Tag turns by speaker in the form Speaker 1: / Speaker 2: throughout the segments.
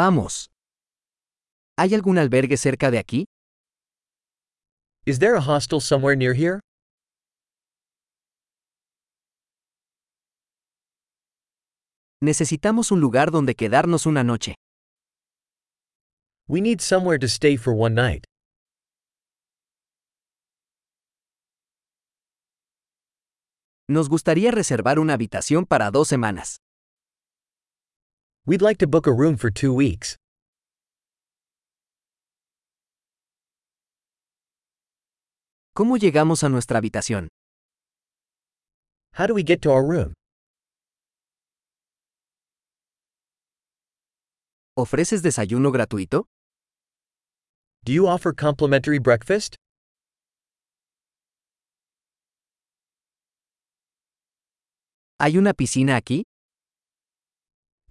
Speaker 1: Vamos. ¿Hay algún albergue cerca de aquí?
Speaker 2: Is there a hostel somewhere near here?
Speaker 1: Necesitamos un lugar donde quedarnos una noche.
Speaker 2: We need somewhere to stay for one night.
Speaker 1: Nos gustaría reservar una habitación para dos semanas.
Speaker 2: We'd like to book a room for two weeks.
Speaker 1: ¿Cómo llegamos a nuestra habitación?
Speaker 2: How do we get to our room?
Speaker 1: ¿Ofreces desayuno gratuito?
Speaker 2: Do you offer complimentary breakfast?
Speaker 1: ¿Hay una piscina aquí?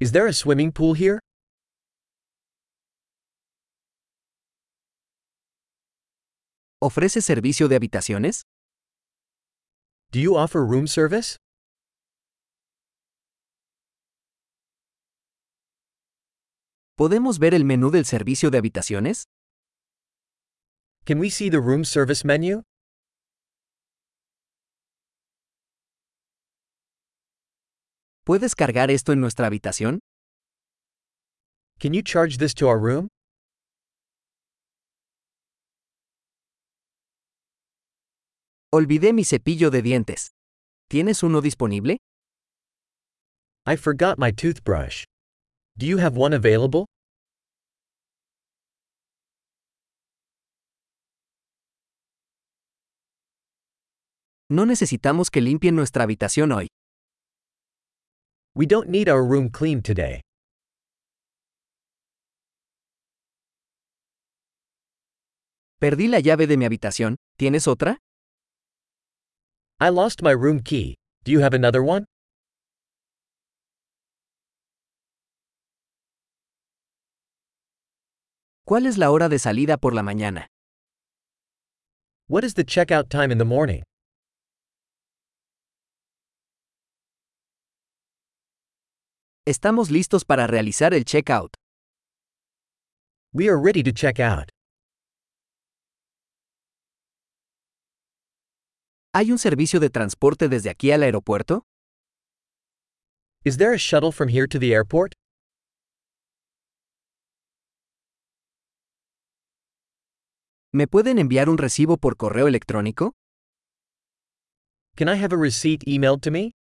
Speaker 2: Is there a swimming pool here?
Speaker 1: ¿Ofreces servicio de habitaciones?
Speaker 2: Do you offer room service?
Speaker 1: ¿Podemos ver el menú del servicio de habitaciones?
Speaker 2: Can we see the room service menu?
Speaker 1: ¿Puedes cargar esto en nuestra habitación?
Speaker 2: Can you charge this to our room?
Speaker 1: Olvidé mi cepillo de dientes. ¿Tienes uno disponible?
Speaker 2: I forgot my toothbrush. Do you have one available?
Speaker 1: No necesitamos que limpien nuestra habitación hoy.
Speaker 2: We don't need our room cleaned today.
Speaker 1: Perdí la llave de mi habitación. ¿Tienes otra?
Speaker 2: I lost my room key. Do you have another one?
Speaker 1: ¿Cuál es la hora de salida por la mañana?
Speaker 2: What is the checkout time in the morning?
Speaker 1: Estamos listos para realizar el checkout.
Speaker 2: We are ready to check out.
Speaker 1: ¿Hay un servicio de transporte desde aquí al aeropuerto?
Speaker 2: Is there a shuttle from here to the airport?
Speaker 1: ¿Me pueden enviar un recibo por correo electrónico?
Speaker 2: Can I have a receipt emailed to me?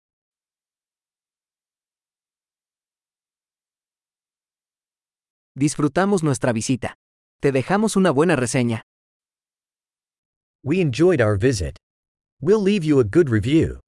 Speaker 1: Disfrutamos nuestra visita. Te dejamos una buena reseña.
Speaker 2: We enjoyed our visit. We'll leave you a good review.